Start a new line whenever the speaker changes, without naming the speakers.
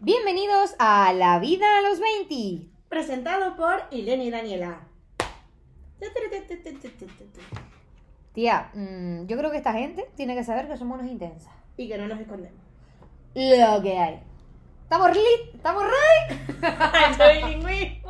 Bienvenidos a La Vida a los 20.
Presentado por Elena y Daniela.
Tía, mm, yo creo que esta gente tiene que saber que somos unos intensas.
Y que no nos escondemos.
Lo que hay. ¿Estamos lit? ¿Estamos ready?
Soy lingüí.